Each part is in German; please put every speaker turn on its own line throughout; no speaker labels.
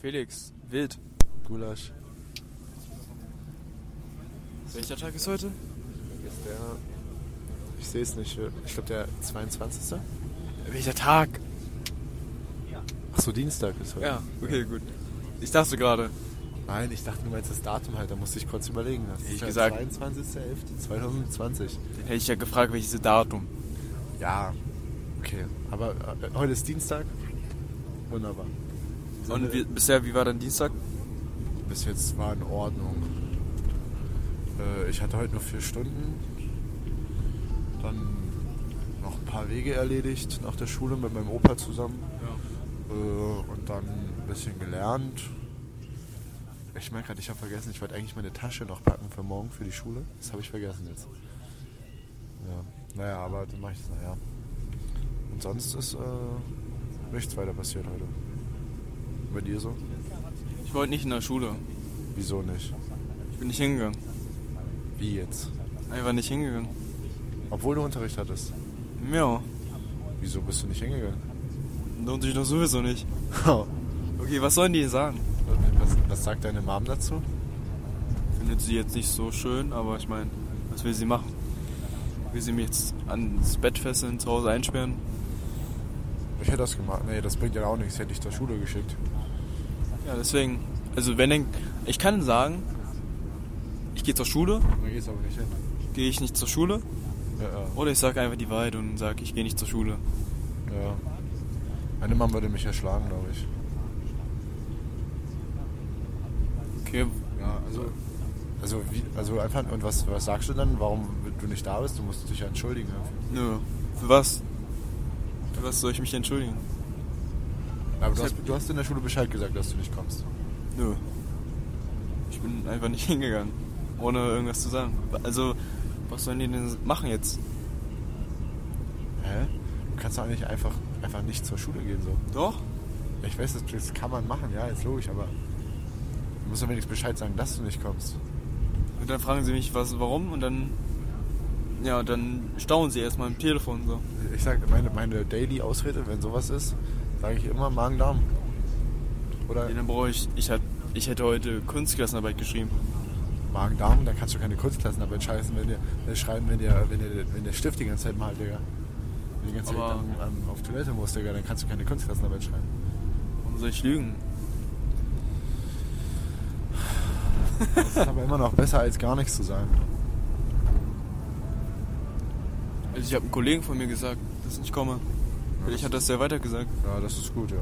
Felix, wild.
Gulasch.
Welcher Tag ist heute?
Ist der. Ich sehe es nicht. Ich glaube, der 22.
Welcher Tag?
Achso, Dienstag ist heute.
Ja, okay, gut. Ich dachte gerade.
Nein, ich dachte, du meinst das Datum halt. Da musste ich kurz überlegen. Das
Ich
der
gesagt-
22.11.2020.
Dann hätte ich ja gefragt, welches Datum.
Ja. Okay. Aber äh, heute ist Dienstag. Wunderbar.
Und wie, bisher, wie war dein Dienstag?
Bis jetzt war in Ordnung. Äh, ich hatte heute nur vier Stunden. Dann noch ein paar Wege erledigt nach der Schule mit meinem Opa zusammen. Äh, und dann ein bisschen gelernt. Ich merke gerade, ich habe vergessen, ich wollte eigentlich meine Tasche noch packen für morgen für die Schule. Das habe ich vergessen jetzt. Ja. Naja, aber dann mache ich es nachher. Und sonst ist äh, nichts weiter passiert heute. Bei dir so?
Ich war heute nicht in der Schule.
Wieso nicht?
Ich bin nicht hingegangen.
Wie jetzt?
Einfach nicht hingegangen.
Obwohl du Unterricht hattest.
Ja,
Wieso bist du nicht hingegangen?
lohnt sich doch sowieso nicht.
was,
Okay, was sollen die sagen?
was sagt deine Mom dazu?
Findet sie jetzt nicht so schön, aber ich meine, was will sie machen? Will sie mich jetzt ans Bett fesseln, zu Hause einsperren?
Ich hätte das gemacht. Nee, das bringt ja auch nichts. Hätte ich zur Schule geschickt.
Ja, deswegen. Also wenn denn, ich kann sagen, ich gehe zur Schule,
Dann geht's aber nicht hin.
gehe ich nicht zur Schule,
Ja, ja.
oder ich sage einfach die Wahrheit und sage, ich gehe nicht zur Schule.
ja. Meine Mom würde mich erschlagen, glaube ich.
Okay,
Ja, also. Also, wie, also einfach, und was, was sagst du dann, warum du nicht da bist? Du musst dich ja entschuldigen.
nö. Für was? Für was soll ich mich entschuldigen?
Aber du
Ich
hast,
hab-
du hast in der Schule Bescheid gesagt, dass du nicht kommst.
Nö. Ich bin einfach nicht hingegangen, ohne irgendwas zu sagen. Also, was sollen die denn machen jetzt?
Hä? Du kannst doch nicht einfach, einfach nicht zur Schule gehen, so.
Doch?
Ja, Ich weiß, das, das kann man machen, ja, ist logisch, aber du musst doch wenigstens Bescheid sagen, dass du nicht kommst.
Und dann fragen sie mich, was, warum, und dann, ja, dann staunen sie erstmal im Telefon so.
Ich sag, meine, meine Daily-Ausrede, wenn sowas ist, sage ich immer Magen-Darm. Oder
Ja, dann brauche ich, ich, hat, ich hätte heute Kunstklassenarbeit geschrieben.
Magen-Darm, dann kannst du keine Kurzklassenarbeit scheißen, wenn dir äh, schreiben, wenn dir, wenn dir wenn der Stift die ganze Zeit mal, Digga. Wenn du die ganze Zeit
Aber-
am, am, auf Toilette musst, Digga, dann kannst du keine Kunstklassenarbeit schreiben.
Warum soll ich lügen?
Das ist aber immer noch besser, als gar nichts zu sagen.
Also ich habe einem Kollegen von mir gesagt, dass ich komme. Vielleicht hat das der weitergesagt.
Ja, das ist gut, ja.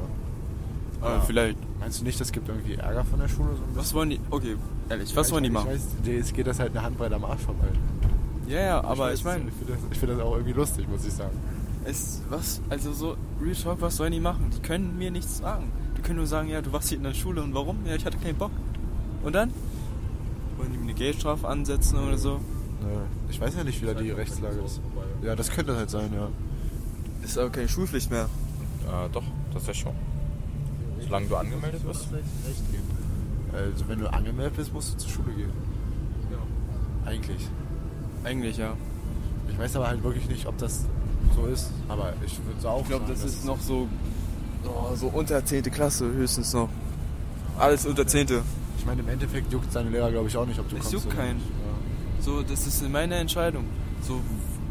Aber
Ja.
Äh, vielleicht.
Meinst du nicht, das gibt irgendwie Ärger von der Schule? So ein
Was wollen die? Okay, ehrlich,
bisschen?
was
Ja,
wollen die
ich-
machen?
Ich weiß, dir ist- geht das halt eine Handbreit am Arsch vorbei.
Ja, ja, aber ich meine,
Ich finde das, ich find das auch irgendwie lustig, muss ich sagen.
es was, also so, Real Talk, was sollen die machen? Die können mir nichts sagen. Die können nur sagen, ja, du warst hier in der Schule und warum? Ja, ich hatte keinen Bock. Und dann? Wollen die mir eine Geldstrafe ansetzen oder so?
Ne, Ich weiß ja nicht, wie da die Rechtslage ist. Ja, das könnte halt sein, ja.
Ist aber keine Schulpflicht mehr.
Äh, doch, das ist schon. Solange du angemeldet bist.
Recht geben. Also, wenn du angemeldet bist, musst du zur Schule gehen. Eigentlich.
Eigentlich ja.
Ich weiß aber halt wirklich nicht, ob das so ist. Aber ich würde auch
Ich glaube,
sagen,
das
dass-
ist noch so, oh, so unter 10. Klasse höchstens noch. Alles unter 10.
Ich meine, im Endeffekt juckt seine Lehrer, glaube ich, auch nicht, ob du
Es
kommst.
juckt
oder
keinen.
nicht.
So, das ist meine Entscheidung. So,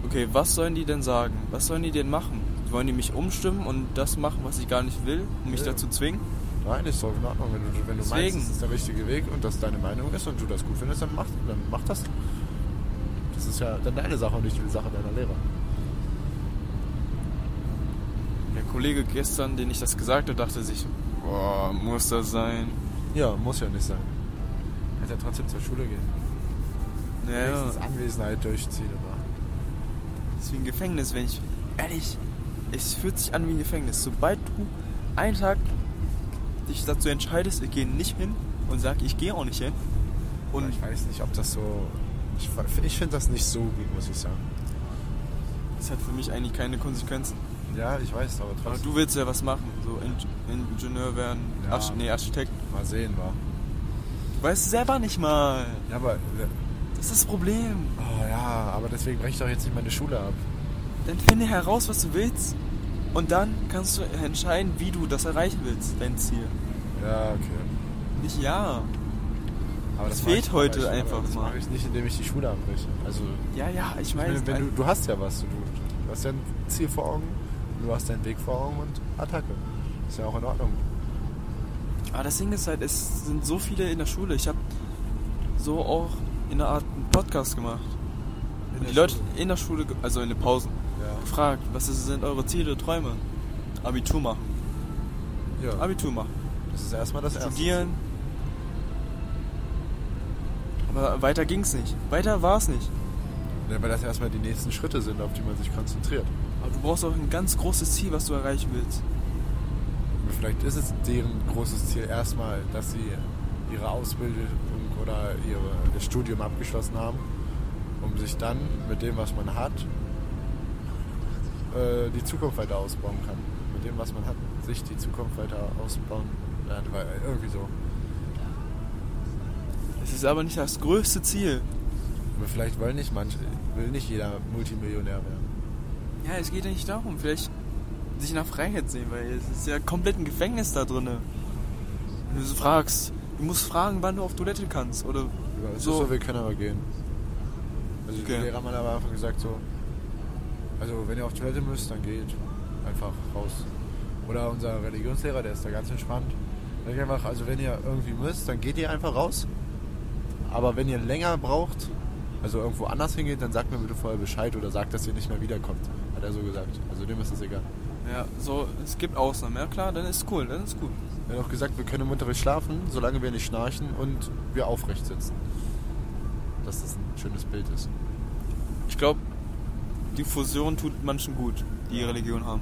okay, was sollen die denn sagen? Was sollen die denn machen? Wollen die mich umstimmen und das machen, was ich gar nicht will und mich
Ja.
dazu zwingen?
Ja. Nein, ist doch in Ordnung. Wenn du, wenn du meinst,
Deswegen.
das ist der richtige Weg und das deine Meinung ist und du das gut findest, dann mach, dann mach das. Das ist ja dann deine Sache und nicht die Sache deiner Lehrer.
Der Kollege gestern, den ich das gesagt habe, dachte sich, boah, muss das sein?
Ja, muss ja nicht sein. Kannst ja trotzdem zur Schule gehen.
Ja,
Wenigstens Anwesenheit durchziehen immer.
ist wie ein Gefängnis, wenn ich, ehrlich, es fühlt sich an wie ein Gefängnis. Sobald du einen Tag dich dazu entscheidest, ich gehe nicht hin und sag, ich gehe auch nicht hin.
Und
Und
ich weiß nicht, ob das so. Ich, ich finde das nicht so gut, muss ich sagen.
das hat für mich eigentlich keine Konsequenzen.
Ja, ich weiß, aber
Aber
trotzdem.
du willst ja was machen, so In Ingenieur werden,
Ja.
Arch nee, Architekt.
mal sehen, war.
Du weißt selber nicht mal.
Ja, aber.
Das ist das Problem.
Oh ja, aber deswegen breche ich doch jetzt nicht meine Schule ab.
Dann finde heraus, was du willst. Und dann kannst du entscheiden, wie du das erreichen willst, dein Ziel.
Ja, okay.
Nicht ja.
Aber
Das
mach ich-
fehlt
aber
heute
ich, aber
einfach
das
mal.
mache ich nicht, indem ich die Schule abbreche. Also,
Ja, ja, ich
ich meine,
weiß.
wenn du, du hast ja was. Du, du hast ja ein Ziel vor Augen, du hast deinen Weg vor Augen und Attacke. Ist ja auch in Ordnung.
Aber das Ding ist halt, es sind so viele in der Schule. Ich habe so auch in einer Art einen Podcast gemacht. Und die Leute in der Schule, ge- also in den Pausen,
Ja.
gefragt, was ist- sind eure Ziele, Träume? Abitur machen.
ja.
Abitur machen.
Das ist erstmal das Erste.
studieren. Aber weiter ging's nicht. Weiter war's nicht.
Ja, weil das erstmal die nächsten Schritte sind, auf die man sich konzentriert.
Aber du brauchst auch ein ganz großes Ziel, was du erreichen willst.
Und Vielleicht ist es deren großes Ziel erstmal, dass sie ihre Ausbildung oder ihre, ihr Studium abgeschlossen haben, um sich dann mit dem, was man hat, äh, die Zukunft weiter ausbauen kann. Mit dem, was man hat, sich die Zukunft weiter ausbauen. Ja, weil irgendwie so.
Es ist aber nicht das größte Ziel.
Aber vielleicht wollen nicht manche, will nicht jeder Multimillionär werden.
Ja, es geht ja nicht darum. Vielleicht sich nach Freiheit sehen, weil es ist ja komplett ein Gefängnis da drinne. Wenn du so fragst, du musst fragen, wann du auf Toilette kannst. Oder
Es ist
so.
so, wir können aber gehen. Also
Okay.
die Lehrer haben aber einfach gesagt so, also wenn ihr auf Toilette müsst, dann geht. Einfach raus. Oder unser Religionslehrer, der ist da ganz entspannt. Der sagt einfach, also wenn ihr irgendwie müsst, dann geht ihr einfach raus. Aber wenn ihr länger braucht, also irgendwo anders hingeht, dann sagt mir bitte vorher Bescheid oder sagt, dass ihr nicht mehr wiederkommt. Hat er so gesagt. Also dem ist das egal.
ja, so, es gibt Ausnahmen. Ja klar, dann ist cool, dann ist gut.
Er hat auch gesagt, wir können im Unterricht schlafen, solange wir nicht schnarchen und wir aufrecht sitzen. Dass das ein schönes Bild ist.
Ich glaube, die Fusion tut manchen gut, die Religion haben.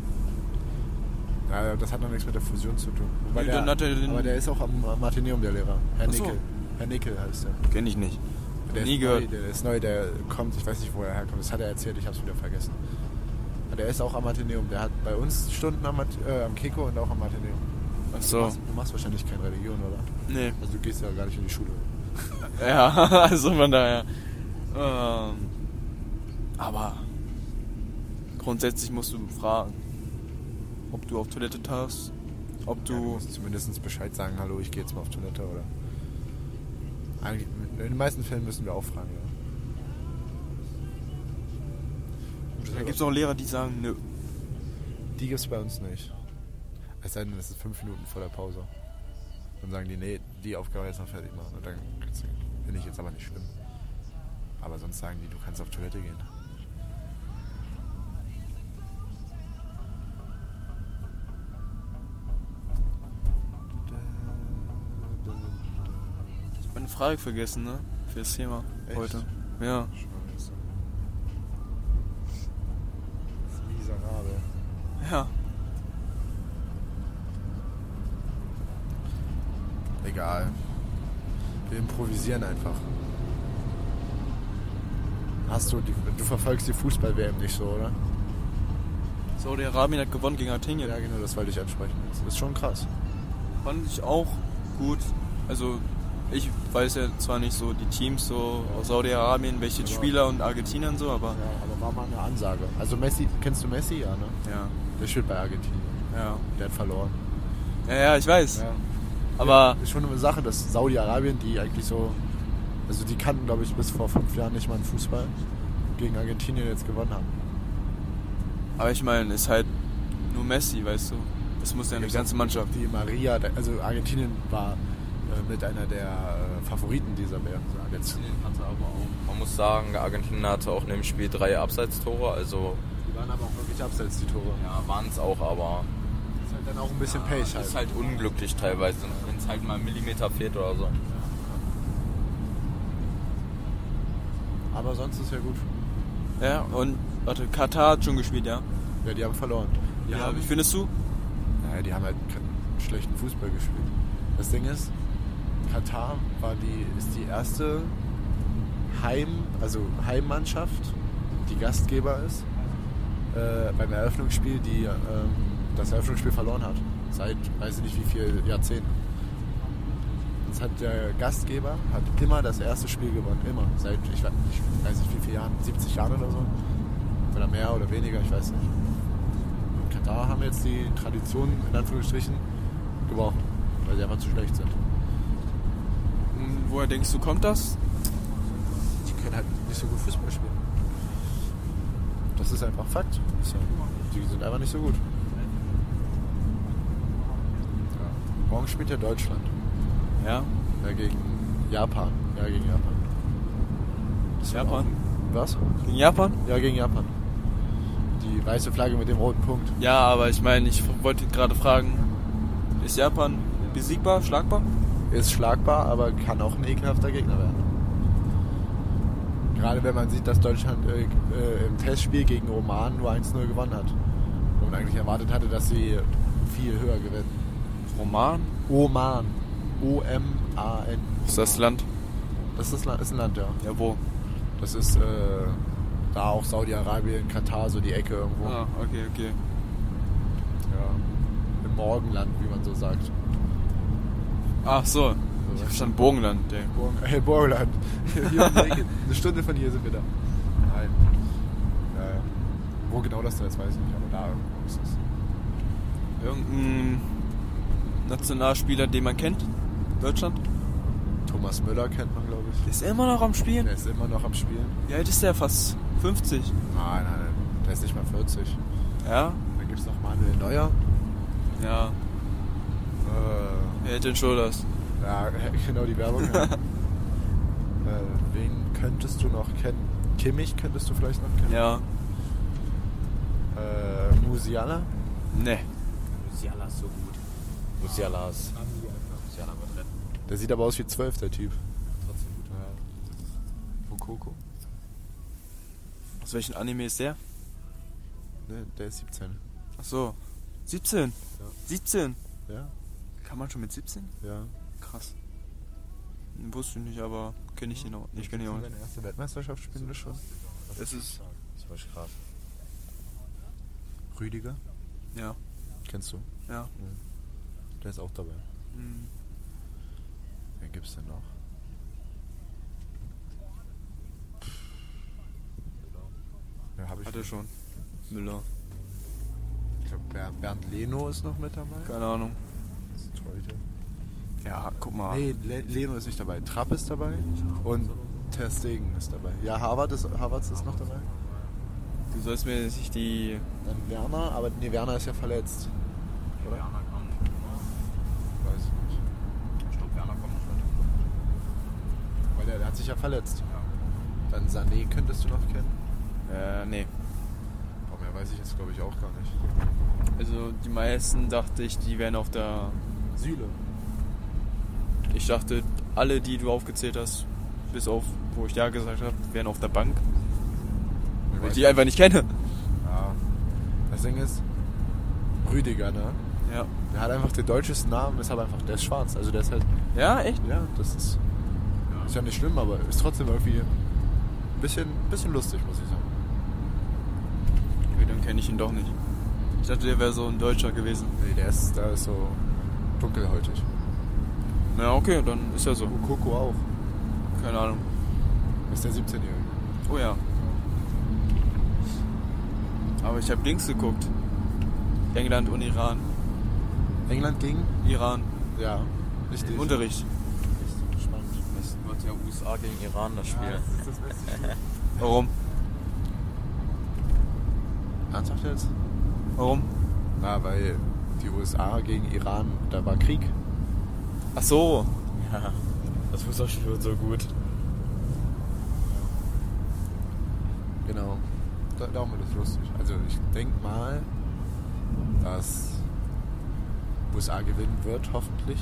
Ja, das hat noch nichts mit der Fusion zu tun. Wobei
Nee,
der,
dann hat er den-
aber der ist auch am am Martineum, der Lehrer. Herr
Ach so.
Nickel. Herr Nickel heißt er.
Kenne ich nicht.
Der
Nie
ist
gehört.
Neu, der ist neu, der kommt, ich weiß nicht, wo er herkommt. Das hat er erzählt, ich hab's wieder vergessen. Aber der ist auch am Martineum. Der hat bei uns Stunden am, Mat- äh, am Kiko und auch am Martineum.
Ach
Du,
so.
machst, du machst wahrscheinlich keine Religion, oder?
Nee.
Also du gehst ja gar nicht in die Schule.
Ja, also von daher. Ähm, aber grundsätzlich musst du fragen, ob du auf Toilette hast, ob
Ja, du
du.
musst zumindest Bescheid sagen, hallo, ich gehe jetzt mal auf Toilette, oder? Eigentlich- In den meisten Fällen müssen wir auch fragen, ja.
Da gibt es auch Lehrer, die sagen, nö.
Die gibt's bei uns nicht. Es sei denn, es ist fünf Minuten vor der Pause. Dann sagen die, nee, die Aufgabe jetzt noch fertig machen. Und dann kannst du- finde ich jetzt aber nicht schlimm. Aber sonst sagen die, du kannst auf Toilette gehen.
Ich habe eine Frage vergessen, ne? Für das Thema
Echt?
heute. Ja.
Scheiße. Das ist miserabel.
Ja.
Egal. Wir improvisieren einfach. Hast du die, du verfolgst die Fußball-WM nicht so, oder?
Saudi-Arabien hat gewonnen gegen Athenien.
Ja, genau, das wollte ich ansprechen. Das ist schon krass.
Fand ich auch gut. Also, ich weiß ja zwar nicht so die Teams so aus Saudi-Arabien, welche
Aber-
Spieler und Argentinier und so, aber.
aber war mal eine Ansage. Also Messi, kennst du Messi? Ja, ne?
Ja.
Der spielt bei Argentinien.
Ja.
Der hat verloren.
Ja, ja, ich weiß. Aber.
Ist schon eine Sache, dass Saudi-Arabien, die eigentlich so, also die kannten, glaube ich, bis vor fünf Jahren nicht mal einen Fußball, gegen Argentinien jetzt gewonnen haben.
Aber ich meine, ist halt nur Messi, weißt du. Das muss ja eine
Ich
ganze
sag,
Mannschaft.
Die Maria, also Argentinien war äh, mit einer der äh, Favoriten dieser WM. Jetzt
hatte aber auch. Man muss sagen, Argentinien hatte auch in dem Spiel drei Abseitstore, also
Die waren aber auch wirklich abseits, die Tore.
ja, waren es auch, aber
Das ist halt dann auch ein bisschen Pech.
ist
Halt.
halt unglücklich teilweise, wenn es halt mal einen Millimeter fehlt oder so.
Aber sonst ist ja gut.
Ja, und warte, Katar hat schon gespielt, ja?
Ja, die haben verloren. Die haben,
Wie findest du?
naja, die haben halt keinen schlechten Fußball gespielt. Das Ding ist, Katar war die, ist die erste Heim, also Heimmannschaft, die Gastgeber ist, äh, beim Eröffnungsspiel, die ähm, das Eröffnungsspiel verloren hat. Seit weiß ich nicht wie viel Jahrzehnten. Das hat der Gastgeber hat immer das erste Spiel gewonnen, immer. Seit ich weiß, ich weiß nicht wie viele Jahren, 70 Jahren oder so. Oder mehr oder weniger, ich weiß nicht. Und Katar haben jetzt die Tradition in Anführungsstrichen gebrochen. weil sie einfach zu schlecht sind.
Und woher denkst du, kommt das?
Die können halt nicht so gut Fußball spielen. Das ist einfach Fakt. Ist ja- Die sind einfach nicht so gut. Ja. Morgen spielt ja Deutschland.
Ja.
Ja, gegen Japan. Ja, gegen Japan. Das wird
Japan?
auch- Was?
Gegen Japan?
Ja, gegen Japan. Die weiße Flagge mit dem roten Punkt.
Ja, aber ich meine, ich wollte gerade fragen, ist Japan besiegbar, schlagbar?
Ist schlagbar, aber kann auch ein ekelhafter Gegner werden. Gerade wenn man sieht, dass Deutschland äh, äh, im Testspiel gegen Oman nur 1-0 gewonnen hat. Und man eigentlich erwartet hatte, dass sie viel höher gewinnen.
Roman?
Oman. O-M-A-N.
Ist das Land?
Das ist, La- ist ein Land, ja.
Ja, wo?
Das ist äh, da auch Saudi-Arabien, Katar, so die Ecke irgendwo.
Ah, okay, okay.
Ja. Im Morgenland, wie man so sagt.
Ach so. Ich hab verstanden, Burgenland, ey.
Burgen, äh, Burgenland. Hier um die Ecke. Eine Stunde von hier sind wir da. Nein. Ja, ja. Wo genau das da ist, weiß ich nicht, aber da irgendwo ist es.
Irgendein Nationalspieler, den man kennt? Deutschland?
Thomas Müller kennt man, glaube
Der
ich.
ist immer noch am Spielen.
Der ist immer noch am Spielen.
Wie alt ist der? Fast 50.
Nein, nein, nein. Der ist nicht mal 40.
Ja?
Dann gibt es noch Manuel Neuer.
Ja.
Äh,
Head and Shoulders.
ja, genau die Werbung. Ja. äh, wen könntest du noch kennen? Kimmich könntest du vielleicht noch kennen?
Ja.
Äh, Musiala?
Ne.
Musiala ist so gut.
Musiala ist
Musiala wird retten.
Der sieht aber aus wie 12, der Typ. Äh,
Trotzdem gut.
Mokoko?
Aus welchem Anime ist der?
Ne, der ist 17.
Ach so. 17.
Ja.
17.
Ja?
Kann man schon mit 17?
Ja.
Krass. Hm, Wusste ich nicht, aber kenne
Hm?
ich ihn auch. Ich kenne ihn auch nicht.
Seine erste Weltmeisterschaft spielen wir schon.
Es ist.
das war krass.
Rüdiger?
Ja.
Kennst du?
Ja.
Der ist auch dabei.
Hm.
Wer gibt's denn noch? Ja, hab ich.
Hat er schon. Müller.
Ich glaub, Ber- Bernd Leno ist noch mit dabei.
Keine Ahnung.
Das ist heute.
Ja, guck mal.
Nee, Le Leno ist nicht dabei. Trapp ist dabei. Und Ter Stegen ist dabei. Ja, Harvard ist, Harvards ist noch dabei.
Du sollst mir jetzt nicht die.
Dann Werner, aber nee, Werner ist ja verletzt. Oder?
Werner kann nicht.
ne? Weiß ich nicht.
Ich glaube, Werner kommt noch heute.
Weil der, der hat sich ja verletzt.
Ja.
Dann Sané könntest du noch kennen.
Äh, nee.
Boah, mehr weiß ich jetzt glaube ich auch gar nicht.
Also die meisten dachte ich, die wären auf der.
Süle.
Ich dachte, alle, die du aufgezählt hast, bis auf wo ich Ja gesagt habe, wären auf der Bank. Weil ich die einfach nicht kenne.
ja. Das Ding ist, Rüdiger, ne?
Ja.
Der hat einfach den deutschesten Namen, deshalb einfach, der ist schwarz. Also der ist halt,
Ja, echt?
ja, das ist, ist ja nicht schlimm, aber ist trotzdem irgendwie ein bisschen, bisschen lustig, muss ich sagen.
Okay, dann kenne ich ihn doch nicht. Ich dachte, der wäre so ein Deutscher gewesen.
Nee, der ist, der ist so dunkelhäutig.
Na okay, dann ist er so.
Koko auch.
Keine Ahnung.
Ist der 17-Jährige.
Oh ja. Aber ich habe links geguckt. England und Iran.
England gegen?
Iran.
Ja. Richtig.
Im Unterricht.
Spannend.
Das wird ja USA gegen Iran das Spiel.
ist das beste Spiel.
Warum?
Ernsthaft jetzt?
Warum?
Na, weil die USA gegen Iran, da war Krieg.
Ach so.
Ja. Das Fußballspiel wird so gut.
Genau. Da, darum wird es lustig. Also ich denke mal, dass USA gewinnen wird, hoffentlich.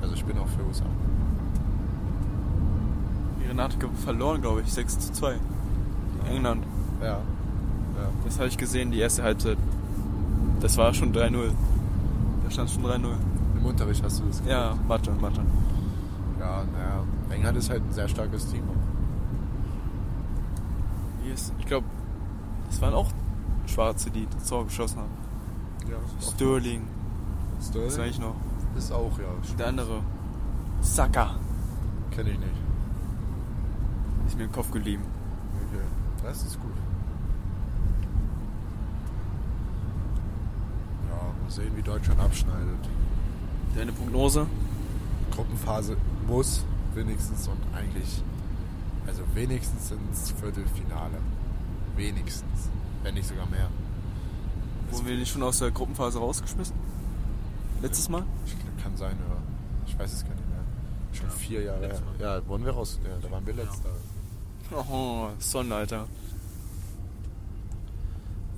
Also ich bin auch für USA.
Renate ge- verloren, glaube ich. 6 zu 2. England.
Ja. ja.
Das habe ich gesehen, die erste Halbzeit. Das war schon 3-0. Da stand schon 3-0.
Im Unterricht hast du das
Ja,
gemacht.
Mathe, Mathe.
Ja, naja. England ist halt ein sehr starkes Team.
Hier ist- Ich glaube, es waren auch Schwarze, die das Tor geschossen haben.
Ja,
Sterling, was sag
Sterling
ich noch?
ist auch, ja.
Der andere. Saka.
Kenne ich nicht.
Ist mir im Kopf geblieben.
Okay. Das ist gut. Ja, mal sehen, wie Deutschland abschneidet.
Deine Prognose?
Gruppenphase muss wenigstens und eigentlich, also wenigstens ins Viertelfinale. Wenigstens. Wenn nicht sogar mehr.
Wurden wir nicht schon aus der Gruppenphase rausgeschmissen? Letztes Mal?
Ich, gl- kann sein, ja. Ich weiß es gar nicht mehr. Schon
Ja,
vier Jahre her.
letztes
Ja, wurden wir raus. Ja, da waren wir
Ja.
letzter.
Oh, Sonnenalter.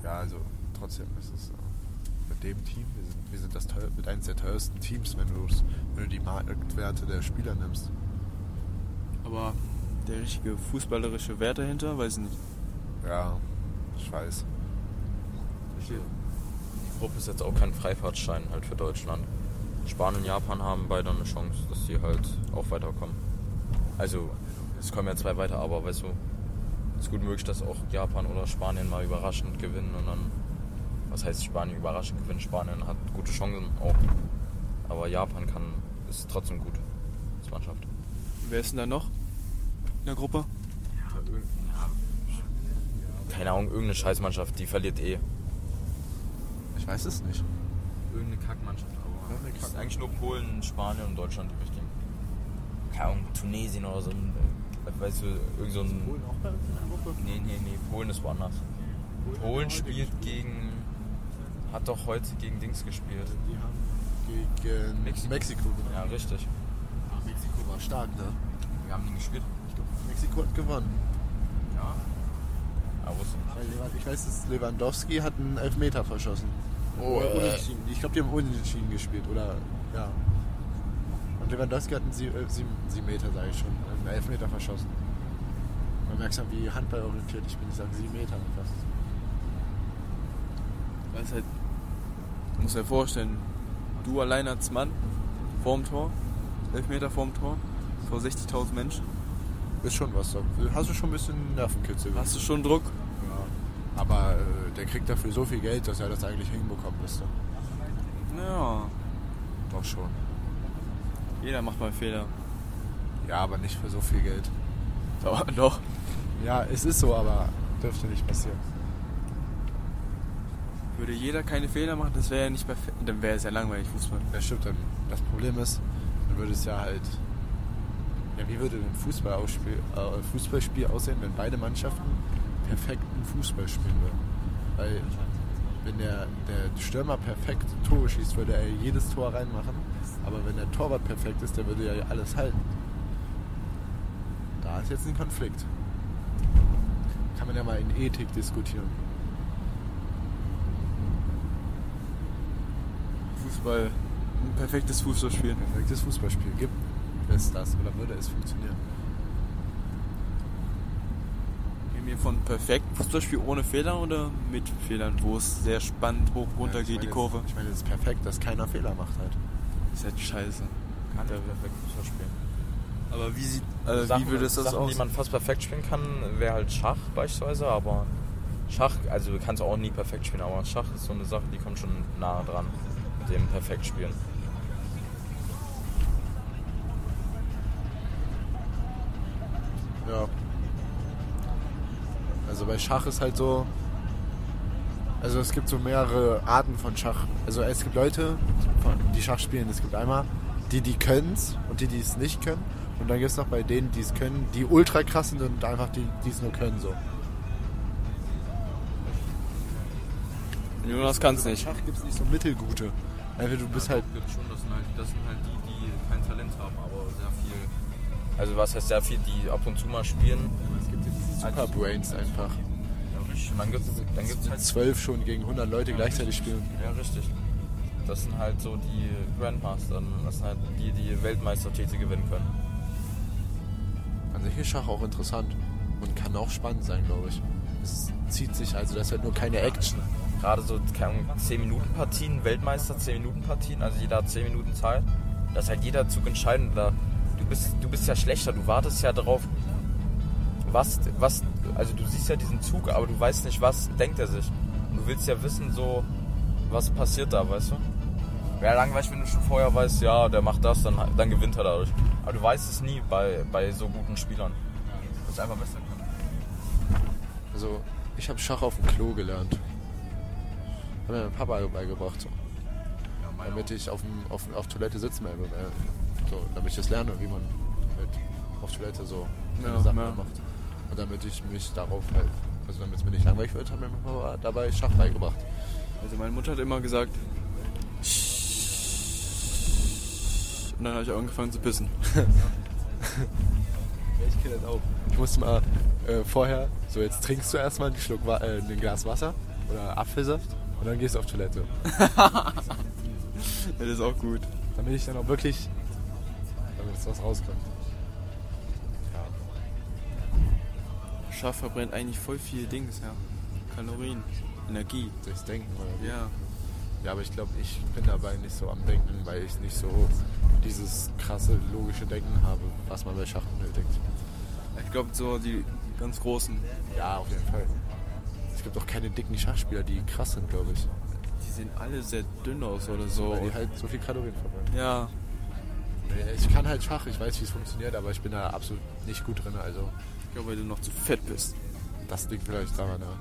Ja, also trotzdem ist es äh, mit dem Team, wir sind, wir sind das teuer, mit eines der teuersten Teams, wenn, du's- wenn du die Marktwerte der Spieler nimmst.
Aber der richtige fußballerische Wert dahinter, weiß ich nicht.
Ja, ich weiß.
Die Gruppe ist jetzt auch kein Freifahrtschein halt für Deutschland. Spanien und Japan haben beide eine Chance, dass die halt auch weiterkommen. Also, es kommen ja zwei weiter, aber weißt du, es ist gut möglich, dass auch Japan oder Spanien mal überraschend gewinnen und dann, was heißt Spanien überraschend gewinnen? Spanien hat gute Chancen auch. Aber Japan kann, ist trotzdem gut als Mannschaft.
Wer ist denn da noch in der Gruppe?
Keine Ahnung, irgendeine Scheißmannschaft, die verliert eh.
Ich weiß es nicht.
Irgendeine Kackmannschaft, aber.
Irgendeine
Es ist eigentlich nur Polen, Spanien und Deutschland, die wichtigen. Keine Ahnung, Tunesien oder so. ein, äh, Weißt du, irgend so ein.
auch bei uns in der Gruppe?
Nee, nee, nee, Polen ist woanders. Polen spielt gegen. Hat doch heute gegen Dings gespielt.
Die haben gegen Mexiko,
Mexiko.
gewonnen.
Ja, richtig.
Ach, Mexiko war
War stark, ne?
Wir haben den gespielt.
Ich glaub, Mexiko hat gewonnen.
Ja.
Aber wusste nicht.
Weil Lewa- Ich weiß, dass Lewandowski hat einen Elfmeter verschossen.
Oh,
Oder
äh.
unentschieden. Ich glaube, die haben unentschieden gespielt, oder? Ja. Und Lewandowski hat einen 7 Meter, sage ich schon, einen Elfmeter verschossen. Man merkt schon, wie Handball orientiert ich bin. Ich sage 7 Meter fast.
Weiß halt, muss dir vorstellen, du allein als Mann, vorm Tor, elf Meter vorm Tor, vor 60.000 Menschen,
Ist schon was. so. Hast du schon ein bisschen Nervenkitzel.
hast du schon Druck?
Ja. Aber äh, der kriegt dafür so viel Geld, dass er das eigentlich hinbekommen müsste.
Ja,
Doch schon.
jeder macht mal Fehler.
Ja, aber nicht für so viel Geld.
Aber doch.
Ja, es ist so, aber dürfte nicht passieren.
Würde jeder keine Fehler machen, das wäre ja nicht perfekt. Dann wäre es ja langweilig, Fußball.
Ja, stimmt. Dann, das Problem ist, dann würde es ja halt. Ja, wie würde ein Fußball äh, Fußballspiel aussehen, wenn beide Mannschaften perfekten Fußball spielen würden? Weil, wenn der, der Stürmer perfekt Tore schießt, würde er jedes Tor reinmachen. Aber wenn der Torwart perfekt ist, der würde ja alles halten. Da ist jetzt ein Konflikt. Kann man ja mal in Ethik diskutieren.
Fußball, ein perfektes Fußballspiel.
perfektes Fußballspiel gibt es das oder würde es funktionieren?
Reden wir von perfektem Fußballspiel ohne Fehler oder mit Fehlern, wo es sehr spannend hoch runter
Ja, ich
geht,
meine,
die Kurve?
es- Ich meine, es ist perfekt, dass keiner Fehler macht halt.
Ist halt scheiße.
Kann der perfekt Fußball spielen.
Aber wie sieht, äh, wie würde es das
Sachen,
aus?
die man fast perfekt spielen kann, wäre halt Schach beispielsweise, aber Schach, also du kannst auch nie perfekt spielen, aber Schach ist so eine Sache, die kommt schon nahe dran mit dem perfekt spielen.
Ja. Also bei Schach ist halt so. Also es gibt so mehrere Arten von Schach. Also es gibt Leute, die Schach spielen. Es gibt einmal die, die können es und die, die es nicht können. Und dann gibt es noch bei denen, die es können, die ultra krass sind und einfach die, die es nur können so.
Jonas kann es nicht.
Schach gibt es nicht so mittelgute. Einfach du bist halt.
Gibt schon, das sind, halt, das sind halt die, die kein Talent haben, aber sehr viel.
Also was heißt sehr viel, die ab und zu mal spielen.
Es gibt ja halt diese Superbrains einfach.
Und dann gibt es dann gibt's halt
Zwölf schon gegen 100 Leute gleichzeitig spielen.
Ja, richtig. Das sind halt so die Grandmaster, das sind halt die, die Weltmeistertitel gewinnen können.
An sich ist Schach auch interessant und kann auch spannend sein, glaube ich. Es zieht sich, also das ist halt nur keine Action.
Gerade so 10-Minuten-Partien, Weltmeister 10-Minuten-Partien, also jeder hat 10 Minuten Zeit. Das ist halt jeder Zug entscheidend. Da, du, bist, du bist ja schlechter, du wartest ja darauf, was, was, also du siehst ja diesen Zug, aber du weißt nicht, was denkt er sich. Und du willst ja wissen, so, was passiert da, weißt du? Wäre langweilig, wenn du schon vorher weißt, ja, der macht das, dann, dann gewinnt er dadurch. Aber du weißt es nie bei, bei so guten Spielern.
Das ist einfach besser können.
Also ich habe Schach auf dem Klo gelernt. Hat mir mein Papa also beigebracht.
Ja, meine
damit
auch.
ich auf, dem, auf, auf Toilette sitzen bleibe. Weil, so, damit ich das lerne, wie man halt auf Toilette so seine
Ja,
Sachen
ja.
macht. Und damit ich mich darauf halt, also damit es mir nicht langweilig wird, haben wir mir mal dabei Schach beigebracht.
Also meine Mutter hat immer gesagt. Und dann habe ich angefangen zu pissen.
Ich kenne das auch. Ich musste mal äh, vorher, so jetzt trinkst du erstmal einen Schluck, Wa- äh, ein Glas Wasser oder Apfelsaft und dann gehst du auf Toilette.
Ja, das ist auch gut.
Damit ich dann auch wirklich, damit es was rauskommt. Ja.
Schaf verbrennt eigentlich voll viel Dings, ja. Kalorien, Energie.
Durchs Denken oder wie?
Ja.
Ja, aber ich glaube, ich bin dabei nicht so am Denken, weil ich nicht so dieses krasse logische Denken habe, was man bei Schach benötigt.
Ich glaube, so die ganz großen.
Ja, auf jeden Fall. Es gibt auch keine dicken Schachspieler, die krass sind, glaube ich.
Die sehen alle sehr dünn aus oder so.
Weil die halt so viel Kalorien verbrennen.
Ja.
Nee, Ich kann halt Schach, ich weiß, wie es funktioniert, aber ich bin da absolut nicht gut drin. Also,
Ich glaube, weil du noch zu fett bist.
das liegt vielleicht daran, ja.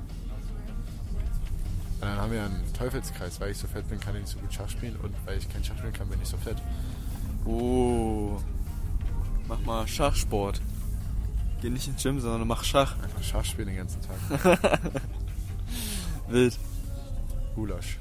Dann haben wir einen Teufelskreis. Weil ich so fett bin, kann ich nicht so gut Schach spielen. Und weil ich kein Schach spielen kann, bin ich so fett.
Oh. Mach mal Schachsport. Geh nicht ins Gym, sondern mach Schach.
Einfach Schach spielen den ganzen Tag.
Wild.
Gulasch.